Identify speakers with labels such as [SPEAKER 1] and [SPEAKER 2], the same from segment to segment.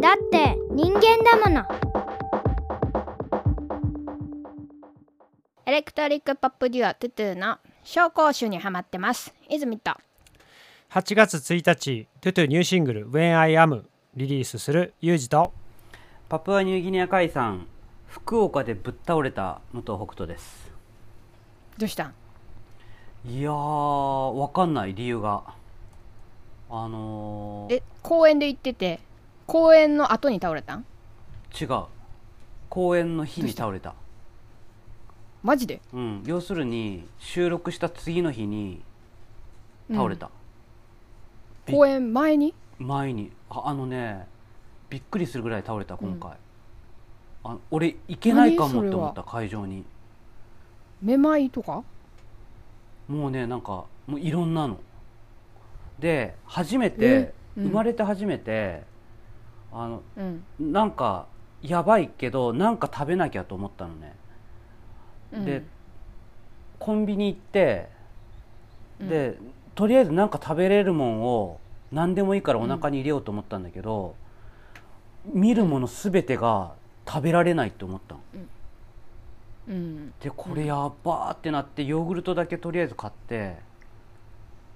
[SPEAKER 1] だって人間だもの
[SPEAKER 2] エレクトリックポップデュオトゥトゥの紹興酒にハマってます泉と
[SPEAKER 3] 8月1日トゥトゥニューシングル「When I Am」リリースするユージと
[SPEAKER 4] パプアニューギニア海産福岡でぶっ倒れた武藤北斗です
[SPEAKER 2] どうしたん
[SPEAKER 4] いやーわかんない理由があのー、
[SPEAKER 2] え公園で行ってて公園の後に倒れたん
[SPEAKER 4] 違う公演の日に倒れた
[SPEAKER 2] マジで
[SPEAKER 4] うん要するに収録した次の日に倒れた、え
[SPEAKER 2] 公園前に
[SPEAKER 4] 前にああのねびっくりするぐらい倒れた今回、あ俺行けないかもって思った会場に
[SPEAKER 2] めまいとか
[SPEAKER 4] もうねなんかもういろんなので初めて
[SPEAKER 2] え、うん
[SPEAKER 4] 生まれて初めてあの
[SPEAKER 2] うん
[SPEAKER 4] なんかやばいけどなんか食べなきゃと思ったのね、でコンビニ行って、
[SPEAKER 2] うん
[SPEAKER 4] でとりあえずなんか食べれるもんを何でもいいからお腹に入れようと思ったんだけど、見るもの全てが食べられないって思ったの
[SPEAKER 2] うん
[SPEAKER 4] でこれやばーってなってヨーグルトだけとりあえず買って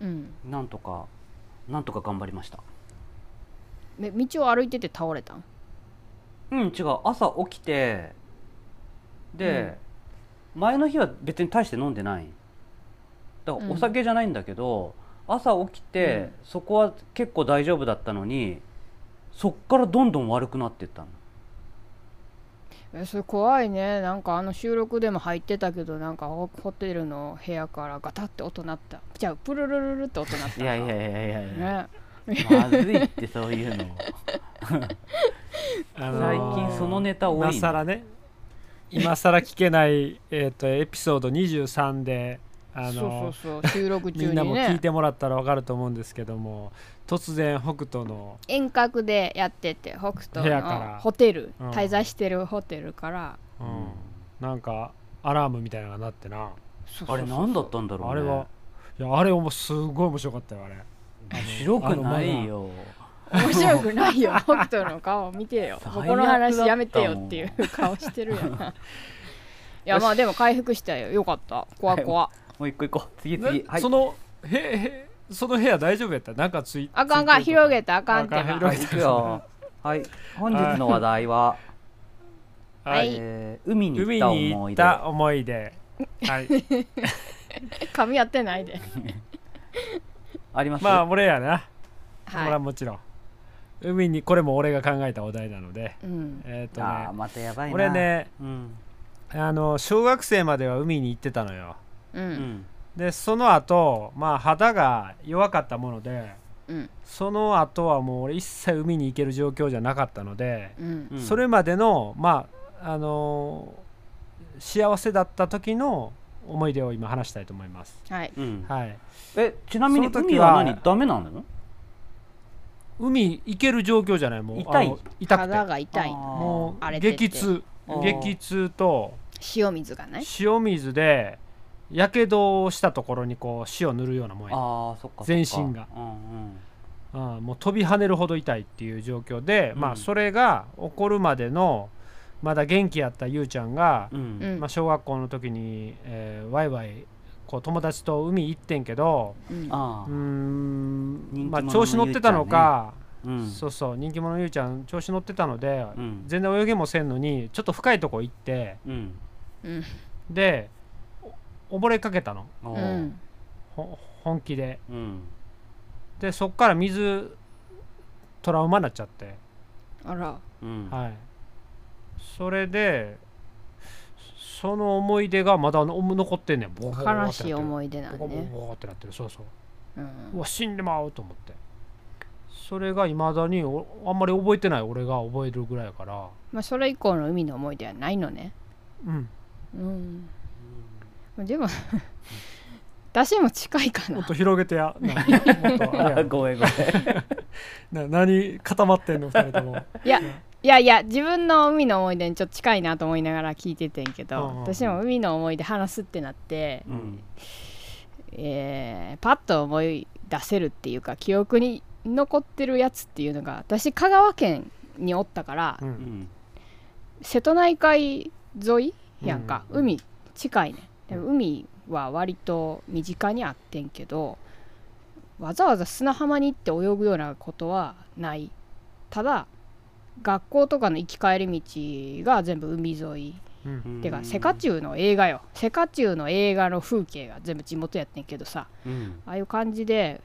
[SPEAKER 2] うん
[SPEAKER 4] なんとかなんとか頑張りました
[SPEAKER 2] め道を歩いてて倒れたん
[SPEAKER 4] うん違う朝起きてで、前の日は別に大して飲んでないだか
[SPEAKER 2] うん
[SPEAKER 4] らお酒じゃないんだけど、朝起きて、そこは結構大丈夫だったのにそっからどんどん悪くなってったの
[SPEAKER 2] えそれ怖いねなんかあの収録でも入ってたけどなんかホホテルの部屋からガタって音鳴ったじゃあプルルルルって音鳴った
[SPEAKER 4] いやいやいやいやいや
[SPEAKER 2] ね
[SPEAKER 4] まずいってそういうの
[SPEAKER 3] あ
[SPEAKER 4] 最近そのネタ多
[SPEAKER 3] 今
[SPEAKER 4] い
[SPEAKER 3] さ
[SPEAKER 4] の
[SPEAKER 3] らね今さら聞けない、 えー、とエピソード23であの
[SPEAKER 2] そうそうそう収録
[SPEAKER 3] み
[SPEAKER 2] 中
[SPEAKER 3] んな
[SPEAKER 2] に
[SPEAKER 3] も聞い
[SPEAKER 2] ね
[SPEAKER 3] てもらったらわかると思うんですけども突然北斗の
[SPEAKER 2] 遠隔でやってて北
[SPEAKER 3] 部
[SPEAKER 2] 斗
[SPEAKER 3] 屋から
[SPEAKER 2] のホテル、
[SPEAKER 3] うん
[SPEAKER 2] 滞在してるホテルから
[SPEAKER 3] う
[SPEAKER 4] うんん
[SPEAKER 3] なんかアラームみたいなのが鳴ってな
[SPEAKER 2] そうそ
[SPEAKER 4] あ
[SPEAKER 2] うそう
[SPEAKER 4] れ何だったんだろうね
[SPEAKER 3] あれはいやあれもすごい面白かったよあれ
[SPEAKER 4] 白くないよ
[SPEAKER 2] 面白くないよ北斗の顔見てよ
[SPEAKER 4] 最悪
[SPEAKER 2] ここの話やめてよっていう 顔してるやんいやまあでも回復したよよかった怖怖
[SPEAKER 4] もう一個一個次
[SPEAKER 3] な
[SPEAKER 4] 次はい
[SPEAKER 3] そのへへその部屋大丈夫やったなんかつい
[SPEAKER 2] あかんあかん
[SPEAKER 3] ついてると
[SPEAKER 2] 広げたらあかんって
[SPEAKER 3] あかん
[SPEAKER 2] ば
[SPEAKER 3] 広
[SPEAKER 4] はい、行くよ。はい、本日の話題は、
[SPEAKER 2] はい
[SPEAKER 4] えー海に行っ
[SPEAKER 3] 海
[SPEAKER 4] た
[SPEAKER 3] に
[SPEAKER 4] 思
[SPEAKER 3] 行
[SPEAKER 4] い
[SPEAKER 3] っ
[SPEAKER 4] 出。
[SPEAKER 3] た思い出はい
[SPEAKER 2] 髪やってないで
[SPEAKER 4] あります。
[SPEAKER 3] まあ俺やなこれ
[SPEAKER 2] は、
[SPEAKER 3] はいもちろん海にこれも俺が考えたお題なので
[SPEAKER 2] うん、
[SPEAKER 3] えっ、
[SPEAKER 4] あー
[SPEAKER 3] とね
[SPEAKER 4] またやばいな。
[SPEAKER 3] 俺。ね
[SPEAKER 4] うん。
[SPEAKER 3] あの小学生までは海に行ってたのよ
[SPEAKER 2] う、
[SPEAKER 4] うんん。
[SPEAKER 3] でその後まあ肌が弱かったもので
[SPEAKER 2] うん、
[SPEAKER 3] その後はもう俺一切海に行ける状況じゃなかったので、
[SPEAKER 2] うん、
[SPEAKER 4] うん
[SPEAKER 3] それまでのまああのー幸せだった時の思い出を今話したいと思います、
[SPEAKER 2] はい、
[SPEAKER 4] うん。
[SPEAKER 3] はい、
[SPEAKER 4] え、ちなみに
[SPEAKER 3] その時
[SPEAKER 4] 海
[SPEAKER 3] は
[SPEAKER 4] は何ダメなの？
[SPEAKER 3] 海行ける状況じゃないもう
[SPEAKER 4] 痛い
[SPEAKER 3] あの痛くて
[SPEAKER 2] 肌が痛い
[SPEAKER 4] あー
[SPEAKER 3] も
[SPEAKER 2] 荒
[SPEAKER 3] う
[SPEAKER 2] れてて
[SPEAKER 3] 激痛
[SPEAKER 4] あー
[SPEAKER 3] 激痛と
[SPEAKER 2] 塩水がね
[SPEAKER 3] 塩水でやけどをしたところにこう塩塗るようなもんや
[SPEAKER 4] ああ、そっかそっか。
[SPEAKER 3] 全身が
[SPEAKER 4] うん
[SPEAKER 3] うん、もう飛び跳ねるほど痛いっていう状況で、
[SPEAKER 4] うん
[SPEAKER 3] まあそれが起こるまでのまだ元気やったゆうちゃんが、
[SPEAKER 4] うん。
[SPEAKER 2] うん
[SPEAKER 3] まあ、小学校の時に、えーワイワイこう友達と海行ってんけど
[SPEAKER 2] うん
[SPEAKER 4] あ
[SPEAKER 3] うー
[SPEAKER 4] あ。人
[SPEAKER 3] ん、
[SPEAKER 4] 気
[SPEAKER 3] まあ、
[SPEAKER 4] 者の
[SPEAKER 3] 調子乗ってたのか、
[SPEAKER 4] うん。
[SPEAKER 3] そうそう人気者のゆうちゃん調子乗ってたので、
[SPEAKER 4] うん。
[SPEAKER 3] 全然泳げもせんのにちょっと深いとこ行って
[SPEAKER 4] うん。
[SPEAKER 2] うん
[SPEAKER 3] でお溺れかけたの
[SPEAKER 4] お
[SPEAKER 2] う
[SPEAKER 4] ー
[SPEAKER 2] ん
[SPEAKER 3] ほ本気で
[SPEAKER 4] うん。
[SPEAKER 3] でそっから水トラウマになっちゃって。
[SPEAKER 2] あら
[SPEAKER 4] うん。
[SPEAKER 3] はい、それでその思い出がまだの残ってんねんボコボコ
[SPEAKER 2] 悲しい思
[SPEAKER 3] い
[SPEAKER 2] い出なん
[SPEAKER 3] ボコボコ
[SPEAKER 2] ね
[SPEAKER 3] ボコってなってるそうそう
[SPEAKER 2] う
[SPEAKER 3] うんわ死んでまうと思ってそれがいまだにおあんまり覚えてない俺が覚えるぐらいやから
[SPEAKER 2] まあそれ以降の海の思い出はないのね
[SPEAKER 3] うん
[SPEAKER 2] うんでも 私も近いか
[SPEAKER 3] もっ
[SPEAKER 2] な
[SPEAKER 3] と広げてやなもっとあ れや
[SPEAKER 4] ごめんごめん。
[SPEAKER 3] な何固まってんの二人とも
[SPEAKER 2] いやいやいや自分の海の思い出にちょっと近いなと思いながら聞いててんけど、
[SPEAKER 3] うんうんうん
[SPEAKER 2] 私も海の思い出話すってなって、
[SPEAKER 4] うん。
[SPEAKER 2] えーパッと思い出せるっていうか記憶に残ってるやつっていうのが私香川県におったから、
[SPEAKER 3] う
[SPEAKER 4] うんん
[SPEAKER 2] 瀬戸内海沿いやんか、
[SPEAKER 3] うん
[SPEAKER 2] 海近いねで
[SPEAKER 3] うん
[SPEAKER 2] 海は割と身近にあってんけどわざわざ砂浜に行って泳ぐようなことはないただ学校とかの行き帰り道が全部海沿い
[SPEAKER 3] うん
[SPEAKER 2] てかセカチュウの映画よセカチュウの映画の風景が全部地元やってんけどさ
[SPEAKER 4] うん
[SPEAKER 2] ああいう感じで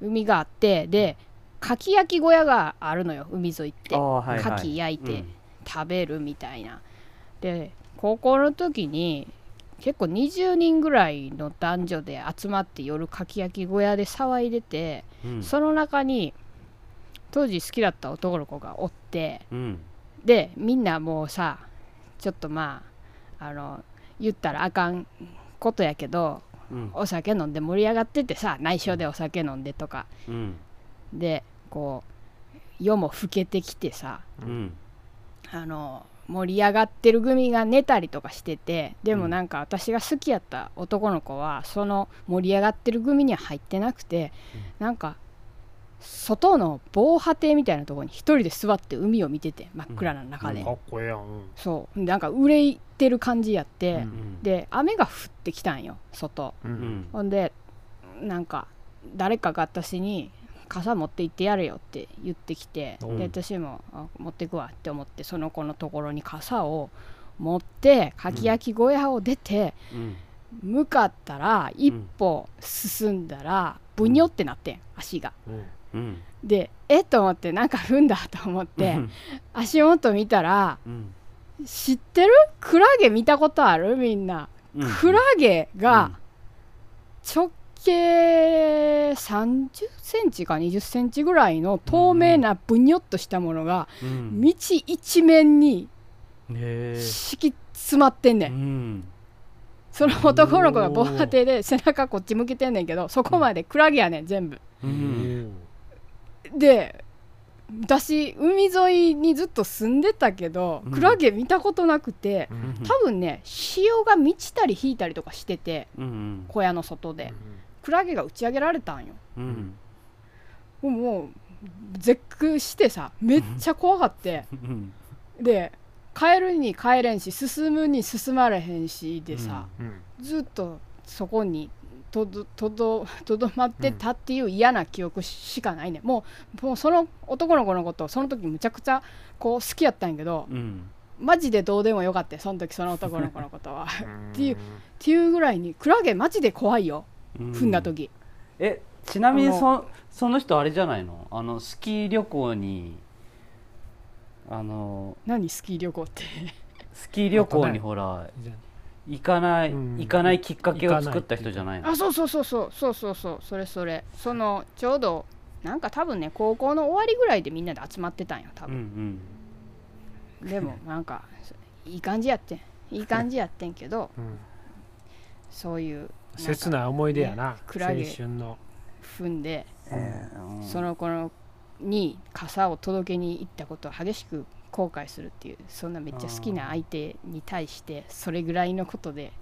[SPEAKER 2] 海があってでかき焼き小屋があるのよ海沿いって
[SPEAKER 4] ああはいはい
[SPEAKER 2] かき焼いて、
[SPEAKER 4] うん
[SPEAKER 2] 食べるみたいなで高校の時に結構20人ぐらいの男女で集まって夜かき焼き小屋で騒いでて、
[SPEAKER 4] うん
[SPEAKER 2] その中に当時好きだった男の子がおって
[SPEAKER 4] うん
[SPEAKER 2] でみんなもうさちょっとまああの言ったらあかんことやけど
[SPEAKER 4] うん
[SPEAKER 2] お酒飲んで盛り上がっててさ内緒でお酒飲んでとか
[SPEAKER 4] うん
[SPEAKER 2] でこう夜も更けてきてさ
[SPEAKER 4] うん
[SPEAKER 2] あの盛り上がってる組が寝たりとかしててで
[SPEAKER 4] う
[SPEAKER 2] も
[SPEAKER 4] ん
[SPEAKER 2] なんか私が好きやった男の子はその盛り上がってる組には入ってなくて、なんか外の防波堤みたいなところに一人で座って海を見てて真っ暗な中で、
[SPEAKER 3] かっこええやんうん
[SPEAKER 2] そうなんか憂いてる感じやって、
[SPEAKER 3] うん
[SPEAKER 4] うん
[SPEAKER 2] で雨が降ってきたんよ外
[SPEAKER 3] う
[SPEAKER 4] うんん
[SPEAKER 2] ほんでなんか誰かが私に傘持って行ってやれよって言ってきて、
[SPEAKER 3] うん
[SPEAKER 2] で私もあ持ってくわって思ってその子のところに傘を持ってかき焼き小屋を出て、
[SPEAKER 4] うん
[SPEAKER 2] 向かったら一歩進んだら、ブニョってなってん足が。
[SPEAKER 3] うん
[SPEAKER 4] うん
[SPEAKER 2] でえっと思ってなんか踏んだと思って、足元見たら
[SPEAKER 4] うん
[SPEAKER 2] 知ってるクラゲ見たことあるみんな。
[SPEAKER 4] うん
[SPEAKER 2] クラゲが、直径30センチか20センチぐらいの透明なブニョっとしたものが
[SPEAKER 4] うん
[SPEAKER 2] 道一面に
[SPEAKER 4] うんへえ
[SPEAKER 2] 敷き詰まってんね
[SPEAKER 4] うんん
[SPEAKER 2] その男の子が防波堤で背中こっち向けてんねんけどそこまでクラゲやねん全部
[SPEAKER 4] うん
[SPEAKER 2] で私海沿いにずっと住んでたけど
[SPEAKER 4] うん
[SPEAKER 2] クラゲ見たことなくて
[SPEAKER 3] う
[SPEAKER 4] うん
[SPEAKER 3] ん
[SPEAKER 2] 多分ね潮が満ちたり引いたりとかしてて
[SPEAKER 4] うん
[SPEAKER 2] 小屋の外でクラゲが打ち上げられたんよ
[SPEAKER 4] うん
[SPEAKER 2] もうもう絶句してさめっちゃ怖がって
[SPEAKER 4] うん
[SPEAKER 2] で帰るに帰れんし進むに進まれへんしでさ、
[SPEAKER 3] うん
[SPEAKER 2] ずっとそこにとどとどとどまってたっていう嫌な記憶しかないね、もうもうその男の子のことその時むちゃくちゃこう好きやったんやけど
[SPEAKER 4] うん
[SPEAKER 2] マジでどうでもよかったよその時その男の子のことはっ
[SPEAKER 3] うん
[SPEAKER 2] ていうていうぐらいにクラゲマジで怖いよ
[SPEAKER 4] うん
[SPEAKER 2] 踏んだ時、
[SPEAKER 4] えちなみに
[SPEAKER 2] あの
[SPEAKER 4] そその人あれじゃないのあのスキー旅行にあの
[SPEAKER 2] 何スキー旅行って
[SPEAKER 4] スキー旅行
[SPEAKER 3] なんかね
[SPEAKER 4] にほら
[SPEAKER 3] じゃ
[SPEAKER 4] 行かない、
[SPEAKER 3] うん
[SPEAKER 4] 行かないきっかけを作った人じゃないの
[SPEAKER 2] あそうそうそうそうそうそうそうそれそれそのちょうどなんか多分ね高校の終わりぐらいでみんなで集まってたんよ多
[SPEAKER 4] うんう
[SPEAKER 2] 分、
[SPEAKER 4] ん
[SPEAKER 2] でもなんかいい感じやってんいい感じやってんけど
[SPEAKER 3] あうん
[SPEAKER 2] そういう
[SPEAKER 3] 切ない思い出やな
[SPEAKER 2] ク
[SPEAKER 3] 青
[SPEAKER 2] ラゲ
[SPEAKER 3] 春の
[SPEAKER 2] 踏んで
[SPEAKER 4] うん
[SPEAKER 2] その子のに傘を届けに行ったことを激しく後悔するっていうそんなめっちゃ好きな相手に対してそれぐらいのことで、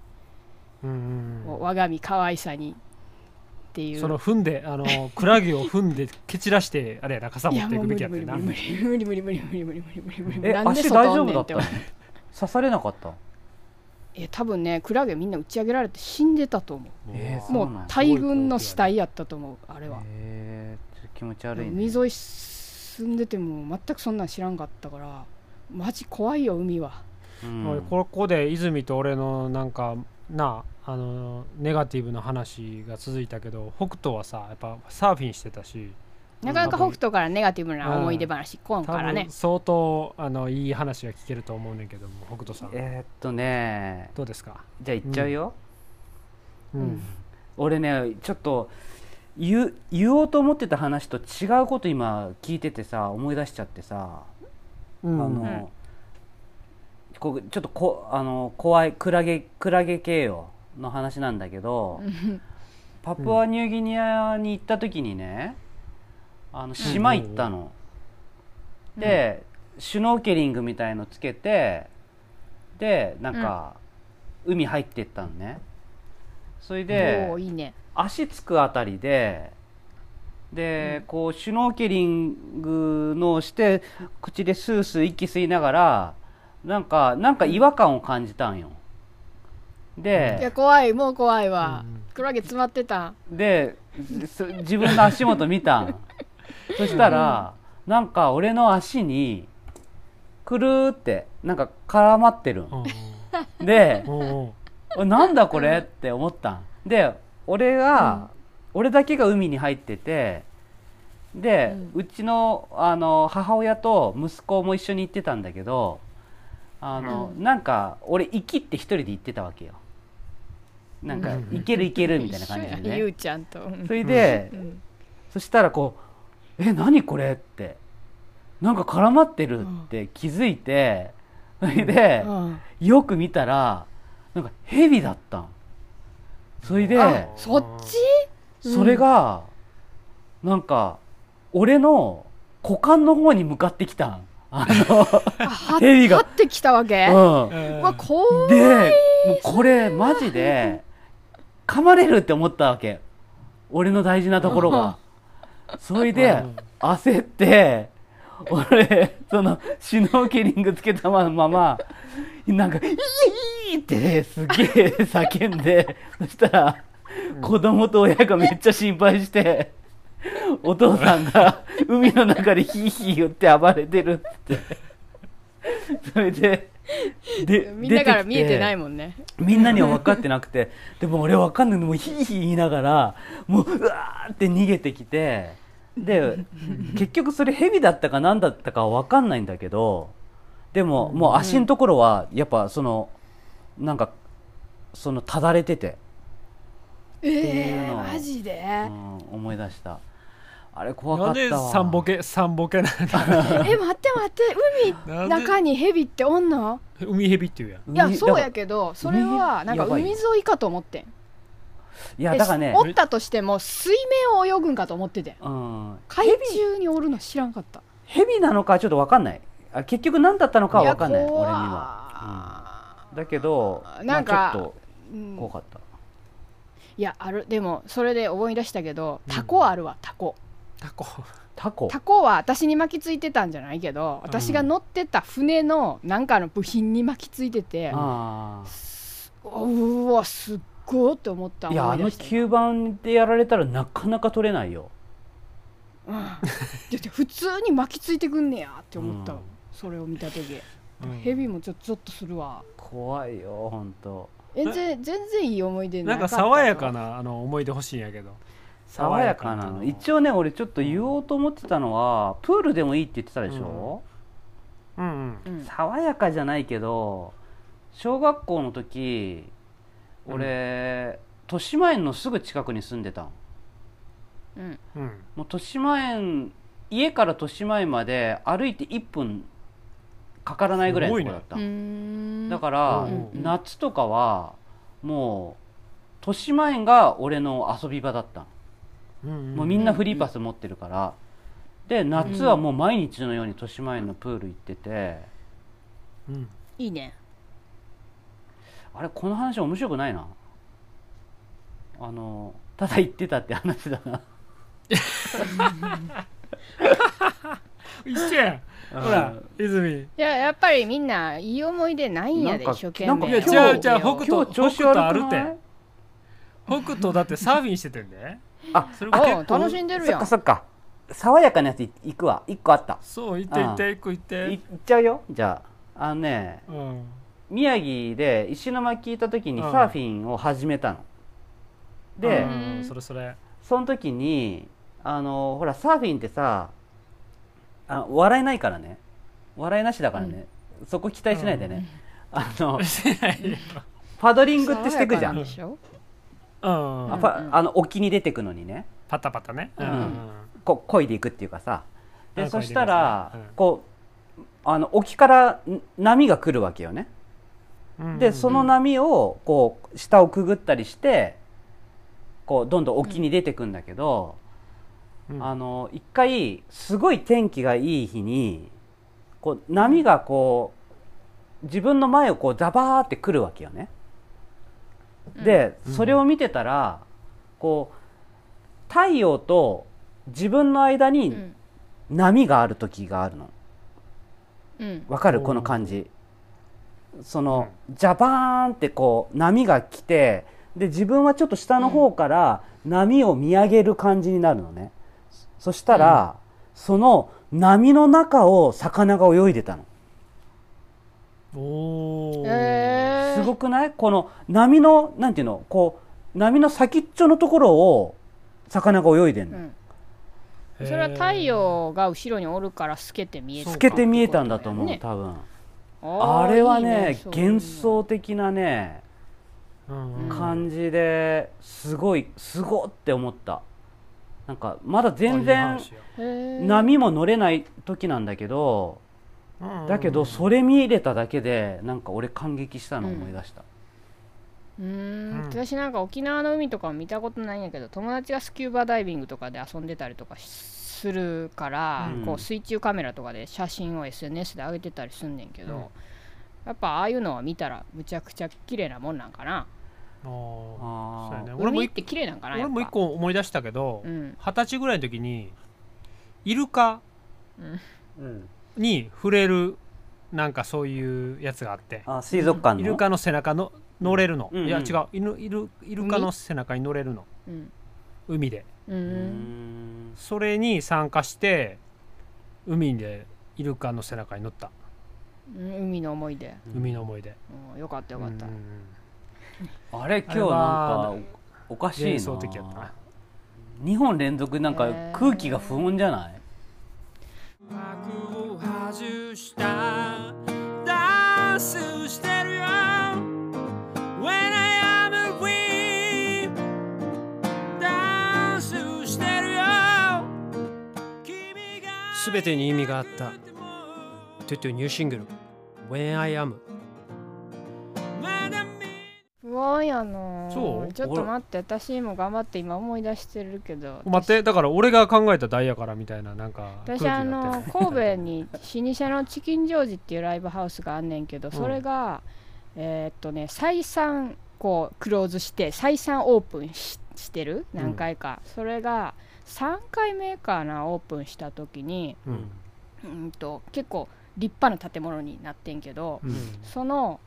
[SPEAKER 3] うんうん
[SPEAKER 2] もう我が身可愛さにっていう
[SPEAKER 3] その踏んであのクラゲを踏んで蹴散らしてあれやな傘
[SPEAKER 2] い
[SPEAKER 3] 持
[SPEAKER 2] や
[SPEAKER 3] ってい
[SPEAKER 2] もう
[SPEAKER 3] く
[SPEAKER 2] 無
[SPEAKER 3] べき
[SPEAKER 2] 理
[SPEAKER 3] やっ
[SPEAKER 2] 無
[SPEAKER 3] て
[SPEAKER 2] 理
[SPEAKER 3] な
[SPEAKER 2] 無理無理無理無理無理無理無理無理無理無理
[SPEAKER 4] え
[SPEAKER 2] なんで
[SPEAKER 4] 足
[SPEAKER 2] 外
[SPEAKER 4] 大
[SPEAKER 2] お
[SPEAKER 4] 丈
[SPEAKER 2] んね
[SPEAKER 4] 夫
[SPEAKER 2] ん
[SPEAKER 4] だ
[SPEAKER 2] っ
[SPEAKER 4] ってた
[SPEAKER 2] 思う
[SPEAKER 4] の刺されなかった
[SPEAKER 2] え多分ねクラゲみんな打ち上げられて死んでたと思
[SPEAKER 3] え
[SPEAKER 4] あ
[SPEAKER 2] う
[SPEAKER 4] そう
[SPEAKER 2] も
[SPEAKER 4] なん
[SPEAKER 2] う
[SPEAKER 4] や
[SPEAKER 2] 大群の死体やったと思うあれは、
[SPEAKER 4] えー、ちょっと気持ち悪い、ね、
[SPEAKER 2] 海沿い住んでても全くそんなん知らんかったからマジ怖いよ海は
[SPEAKER 4] うん
[SPEAKER 3] もうここで泉と俺のなんかなあのネガティブな話が続いたけど北斗はさやっぱサーフィンしてたし
[SPEAKER 2] なかなか北斗からネガティブな思い出話こん
[SPEAKER 3] 多
[SPEAKER 2] からね
[SPEAKER 3] 分相当あのいい話が聞けると思うねんけども北斗さん
[SPEAKER 4] えーっとね
[SPEAKER 3] どうですか、
[SPEAKER 4] じゃあ行っちゃうよ、
[SPEAKER 3] うん
[SPEAKER 4] 俺ねちょっと言う言おうと思ってた話と違うこと今聞いててさ思い出しちゃってさ
[SPEAKER 3] うん
[SPEAKER 4] あの、こうちょっとこあの怖いクラゲクラゲ系よの話なんだけど、パプアニューギニアに行った時にねあの島行ったの、で、シュノーケリングみたいのつけてでなんか、海入ってったのねそれで
[SPEAKER 2] おおいいね
[SPEAKER 4] 足つくあたりでで、こうシュノーケリングのをして口でスースー息吸いながらなんかなんか違和感を感じたんよ
[SPEAKER 2] いや
[SPEAKER 4] で
[SPEAKER 2] 怖いもう怖いわ、
[SPEAKER 3] うん
[SPEAKER 2] クラゲ詰まってた
[SPEAKER 4] でそ自分の足元見 たんそしたらなんか俺の足にくるーってなんか絡まってるんで
[SPEAKER 3] うんうんうん
[SPEAKER 4] お なんだこれって思ったんで俺が、俺だけが海に入っててで、うちのあの母親と息子も一緒に行ってたんだけどあの、
[SPEAKER 2] うん
[SPEAKER 4] なんか俺行きって一人で行ってたわけよなんか、
[SPEAKER 3] うん
[SPEAKER 4] 行ける行けるみたいな
[SPEAKER 2] 一緒
[SPEAKER 4] 感じで
[SPEAKER 2] やゆ
[SPEAKER 4] ね
[SPEAKER 2] うちゃんと、うん
[SPEAKER 4] それで、
[SPEAKER 2] うん
[SPEAKER 4] そしたらこう「え何これ?」ってなんか絡まってるって気づいて、それで、
[SPEAKER 2] うん
[SPEAKER 4] よく見たらなんかヘビだったんそれで
[SPEAKER 2] あそっちうん
[SPEAKER 4] それがなんか俺の股間の方に向かってきたんあ
[SPEAKER 2] あは
[SPEAKER 4] ヘビが
[SPEAKER 2] はってきたわけ、
[SPEAKER 4] の、う
[SPEAKER 2] うんわ怖
[SPEAKER 4] ん、
[SPEAKER 2] い
[SPEAKER 4] でもうこれマジで噛まれるって思ったわけ俺の大事なところがそれ
[SPEAKER 3] う
[SPEAKER 4] で
[SPEAKER 3] ん
[SPEAKER 4] 焦って俺そのシュノーケリングつけたままなんか「イーイー!」ってすげえ叫んでそしたら子供と親がめっちゃ心配してお父さんが海の中でヒーヒー言って暴れてるってそれでで
[SPEAKER 2] みんなから見えてない
[SPEAKER 4] もん
[SPEAKER 2] もんね
[SPEAKER 4] みんなには分かってなくてでも俺分かんないのもうヒーヒー言いながらもううわーって逃げてきてで結局それヘビだったか何だったかは分かんないんだけどでももう足のところはやっぱそのなんかそのただれてて、
[SPEAKER 2] え
[SPEAKER 4] いう
[SPEAKER 2] ー、
[SPEAKER 4] のを
[SPEAKER 2] マジで、
[SPEAKER 4] うん、思い出したあれ怖か
[SPEAKER 3] な
[SPEAKER 4] っ
[SPEAKER 3] んで
[SPEAKER 4] たわ
[SPEAKER 3] 三ボケ三ボケなんだ
[SPEAKER 2] え待って待って
[SPEAKER 3] なん
[SPEAKER 2] 海
[SPEAKER 3] で
[SPEAKER 2] 中にヘビっておんの
[SPEAKER 3] 海蛇っていうやん
[SPEAKER 2] いや
[SPEAKER 4] 海
[SPEAKER 2] そうや
[SPEAKER 4] だか
[SPEAKER 2] けどそれはなん
[SPEAKER 4] 海
[SPEAKER 2] か
[SPEAKER 4] やばい
[SPEAKER 2] 海沿いかと思ってん
[SPEAKER 4] らいやだからね
[SPEAKER 2] おったとしても水面を泳ぐんかと思ってて
[SPEAKER 4] うん
[SPEAKER 2] 海中におるの知らんかった
[SPEAKER 4] ヘビなのかちょっと分かんないあ結局何だったのかは分かんない
[SPEAKER 2] いや
[SPEAKER 4] 俺に
[SPEAKER 2] 怖い
[SPEAKER 4] は、うんだけど
[SPEAKER 2] なんか
[SPEAKER 4] まあちょっと
[SPEAKER 2] うん
[SPEAKER 4] 怖かった、
[SPEAKER 2] いやあるでもそれで思い出したけど
[SPEAKER 3] うん
[SPEAKER 2] タコあるわタコ
[SPEAKER 3] タコ
[SPEAKER 4] タコ
[SPEAKER 2] タコは私に巻きついてたんじゃないけど私が乗ってた船のなんかの部品に巻きついてて
[SPEAKER 4] あ
[SPEAKER 2] おうわすっごーって思った
[SPEAKER 4] あいや
[SPEAKER 2] 思
[SPEAKER 4] あ
[SPEAKER 2] い
[SPEAKER 4] の
[SPEAKER 2] 出した
[SPEAKER 4] 吸盤でやられたらなかなか取れないよ
[SPEAKER 2] うんだって普通に巻きついてくんねやって思ったわ、
[SPEAKER 4] うん
[SPEAKER 2] それを見た時
[SPEAKER 3] うん
[SPEAKER 2] ヘビもちょっとゾッとするわ
[SPEAKER 4] 怖いよ本当
[SPEAKER 2] え全全然いい思い出
[SPEAKER 3] なん
[SPEAKER 2] か
[SPEAKER 3] か
[SPEAKER 2] ったわ
[SPEAKER 3] 爽やかなあの思い出欲しいんやけど
[SPEAKER 4] 爽やかなの一
[SPEAKER 3] 応
[SPEAKER 4] 応ね俺ちょっと言おうと思ってたのはプールでもいいって言ってたでしょ、
[SPEAKER 3] うんうん
[SPEAKER 2] うん
[SPEAKER 4] 爽やかじゃないけど小学校の時俺、豊島園のすぐ近くに住んでたの
[SPEAKER 2] うん
[SPEAKER 3] うん
[SPEAKER 4] もう豊島園家から豊島園まで歩いて1分かからないぐらいのとこだった、
[SPEAKER 2] うーん
[SPEAKER 4] だから、
[SPEAKER 3] うん
[SPEAKER 2] うん
[SPEAKER 4] 夏とかはもう豊島園が俺の遊び場だったの、
[SPEAKER 3] うん
[SPEAKER 4] もうみんなフリーパス持ってるから、で夏はもう毎日のように豊島園のプール行ってて、
[SPEAKER 3] うん
[SPEAKER 2] いいね
[SPEAKER 4] あれこの話面白くないなあのただ行ってたって話だな
[SPEAKER 3] 一緒やんほら泉
[SPEAKER 2] いややっぱりみんないい思い出ないんやで
[SPEAKER 4] なんか
[SPEAKER 2] 一生懸
[SPEAKER 4] なんか
[SPEAKER 2] 命
[SPEAKER 4] いや
[SPEAKER 2] 思い出
[SPEAKER 4] 違う違う
[SPEAKER 2] を
[SPEAKER 3] 北
[SPEAKER 4] 今日調子悪く
[SPEAKER 3] 北斗
[SPEAKER 4] な
[SPEAKER 3] ある
[SPEAKER 4] い
[SPEAKER 3] って北斗だってサーフィンしててんで
[SPEAKER 4] あ
[SPEAKER 3] それも
[SPEAKER 2] あ
[SPEAKER 3] 結構
[SPEAKER 2] 楽しんでる
[SPEAKER 4] そ
[SPEAKER 2] やん
[SPEAKER 4] っかそっか爽やかなやつい行くわ1個あった
[SPEAKER 3] そう行って行って行く行っ
[SPEAKER 4] い
[SPEAKER 3] て
[SPEAKER 4] 行っちゃうよじゃああのね
[SPEAKER 3] うん
[SPEAKER 4] 宮城で石巻行った時に
[SPEAKER 3] うん
[SPEAKER 4] サーフィンを始めたの、で、
[SPEAKER 3] うんうんそれそれ
[SPEAKER 4] その時にあのほらサーフィンってさあ笑えないからね笑いなしだからね、そこ期待しないでね、あの
[SPEAKER 3] してないよ
[SPEAKER 4] パドリングってしてくじ
[SPEAKER 2] 爽や
[SPEAKER 4] ゃ
[SPEAKER 2] かなんでしょ
[SPEAKER 3] うん
[SPEAKER 4] あ
[SPEAKER 2] ん
[SPEAKER 4] パあの沖に出てくのにね
[SPEAKER 3] パタパタね
[SPEAKER 4] うん
[SPEAKER 3] うん
[SPEAKER 4] こ漕いでいくっていうかさ
[SPEAKER 3] う
[SPEAKER 4] で
[SPEAKER 3] ん
[SPEAKER 4] そしたら、
[SPEAKER 3] 漕いでいくやつねうん
[SPEAKER 4] こうあの沖からん波が来るわけよね、
[SPEAKER 3] うん
[SPEAKER 4] でその波をこう下をくぐったりしてこうどんどん沖に出てくんだけど、
[SPEAKER 3] うん
[SPEAKER 4] あの一回すごい天気がいい日にこう波がこう自分の前をこうザバーってくるわけよね。で、
[SPEAKER 3] うん
[SPEAKER 4] それを見てたらこう太陽と自分の間
[SPEAKER 2] う
[SPEAKER 4] に
[SPEAKER 2] ん
[SPEAKER 4] 波がある時があるの
[SPEAKER 2] うん
[SPEAKER 4] わかる
[SPEAKER 3] おー
[SPEAKER 4] この感じその、ジャバーンってこう波が来てで自分はちょっと下の方から波を見上げる感じになるのね、そしたら、その波の中を魚が泳いでたの
[SPEAKER 3] おお、
[SPEAKER 2] え
[SPEAKER 4] すごくないこの波のなんていうのこう波の先っちょのところを魚が泳いでん
[SPEAKER 2] う
[SPEAKER 4] の、
[SPEAKER 2] ん
[SPEAKER 3] へー
[SPEAKER 2] それは太陽が後ろにおるから透けて見えた
[SPEAKER 3] そう
[SPEAKER 4] 透けて見えたんだと思う、
[SPEAKER 2] ね
[SPEAKER 4] 多分
[SPEAKER 2] あ
[SPEAKER 4] あ
[SPEAKER 2] ー
[SPEAKER 4] れはい
[SPEAKER 2] い
[SPEAKER 4] ね
[SPEAKER 2] そういうの
[SPEAKER 4] 幻想的なね
[SPEAKER 3] うんうん
[SPEAKER 4] 感じですごいすごって思ったなんかまだ全然
[SPEAKER 2] へー
[SPEAKER 4] 波も乗れない時なんだけどだけどそ
[SPEAKER 3] れ
[SPEAKER 4] れ見れただけでなんか俺感激したの思い出した、
[SPEAKER 2] うーん
[SPEAKER 3] うん
[SPEAKER 2] 私なんか沖縄の海とかは見たことないんやけど友達がスキューバダイビングとかで遊んでたりとかしするから、
[SPEAKER 4] うん
[SPEAKER 2] こう水中カメラとかで写真を SNS で上げてたりすんねんけど、
[SPEAKER 3] うん
[SPEAKER 2] やっぱああいうのは見たらむちゃくちゃ綺麗なもんなんかな
[SPEAKER 3] あーそうや
[SPEAKER 4] あ
[SPEAKER 3] ね
[SPEAKER 4] あ
[SPEAKER 3] 俺も
[SPEAKER 2] 海
[SPEAKER 3] 一
[SPEAKER 2] って綺麗なんかなやっ
[SPEAKER 3] 俺
[SPEAKER 2] ぱ
[SPEAKER 3] も一個思い出したけど
[SPEAKER 2] うん
[SPEAKER 3] 二十歳ぐらいの時にイルカ
[SPEAKER 4] うん
[SPEAKER 3] に触れるなんかそういうやつがあって
[SPEAKER 4] あ水族館の
[SPEAKER 3] イルカの背中の乗れるの、
[SPEAKER 4] うん
[SPEAKER 3] いや
[SPEAKER 4] うん
[SPEAKER 3] 違うイルイルイルカの背中に乗れるの
[SPEAKER 2] うん
[SPEAKER 3] 海で
[SPEAKER 2] う
[SPEAKER 4] うー
[SPEAKER 2] ん
[SPEAKER 4] ん
[SPEAKER 3] それに参加して海でイルカの背中に乗った
[SPEAKER 2] うん海の思い出、
[SPEAKER 3] 海の思い出、
[SPEAKER 2] うん、よかったよかった、
[SPEAKER 3] うん
[SPEAKER 4] あれ今日
[SPEAKER 3] あれ
[SPEAKER 4] なん
[SPEAKER 3] は
[SPEAKER 4] かおかしい
[SPEAKER 3] 幻
[SPEAKER 4] な
[SPEAKER 3] 想的やったな
[SPEAKER 4] 2本連続なんか
[SPEAKER 2] へー
[SPEAKER 4] 空気が不穏じゃない、
[SPEAKER 5] 幕を外したダンスしてるよ When I am a we ダンスしてるよ君が
[SPEAKER 6] すべてに意味があったトゥトゥニューシングル「When I Am
[SPEAKER 5] まだ見
[SPEAKER 2] 不安やなあ
[SPEAKER 3] そう
[SPEAKER 2] ちょっと待って私も頑張って今思い出してるけど
[SPEAKER 3] 待ってだから俺が考えたダイヤからみたいななんか空
[SPEAKER 2] 私
[SPEAKER 3] 気が
[SPEAKER 2] あ
[SPEAKER 3] あ
[SPEAKER 2] の
[SPEAKER 3] って
[SPEAKER 2] 神戸に老舗のチキンジョージっていうライブハウスがあんねんけどそれが、えーっとね再三こうクローズして再三オープンししてる何回か、それが3回目かなオープンした時に
[SPEAKER 3] うん
[SPEAKER 2] うんと結構立派な建物になってんけど、
[SPEAKER 3] うん
[SPEAKER 2] その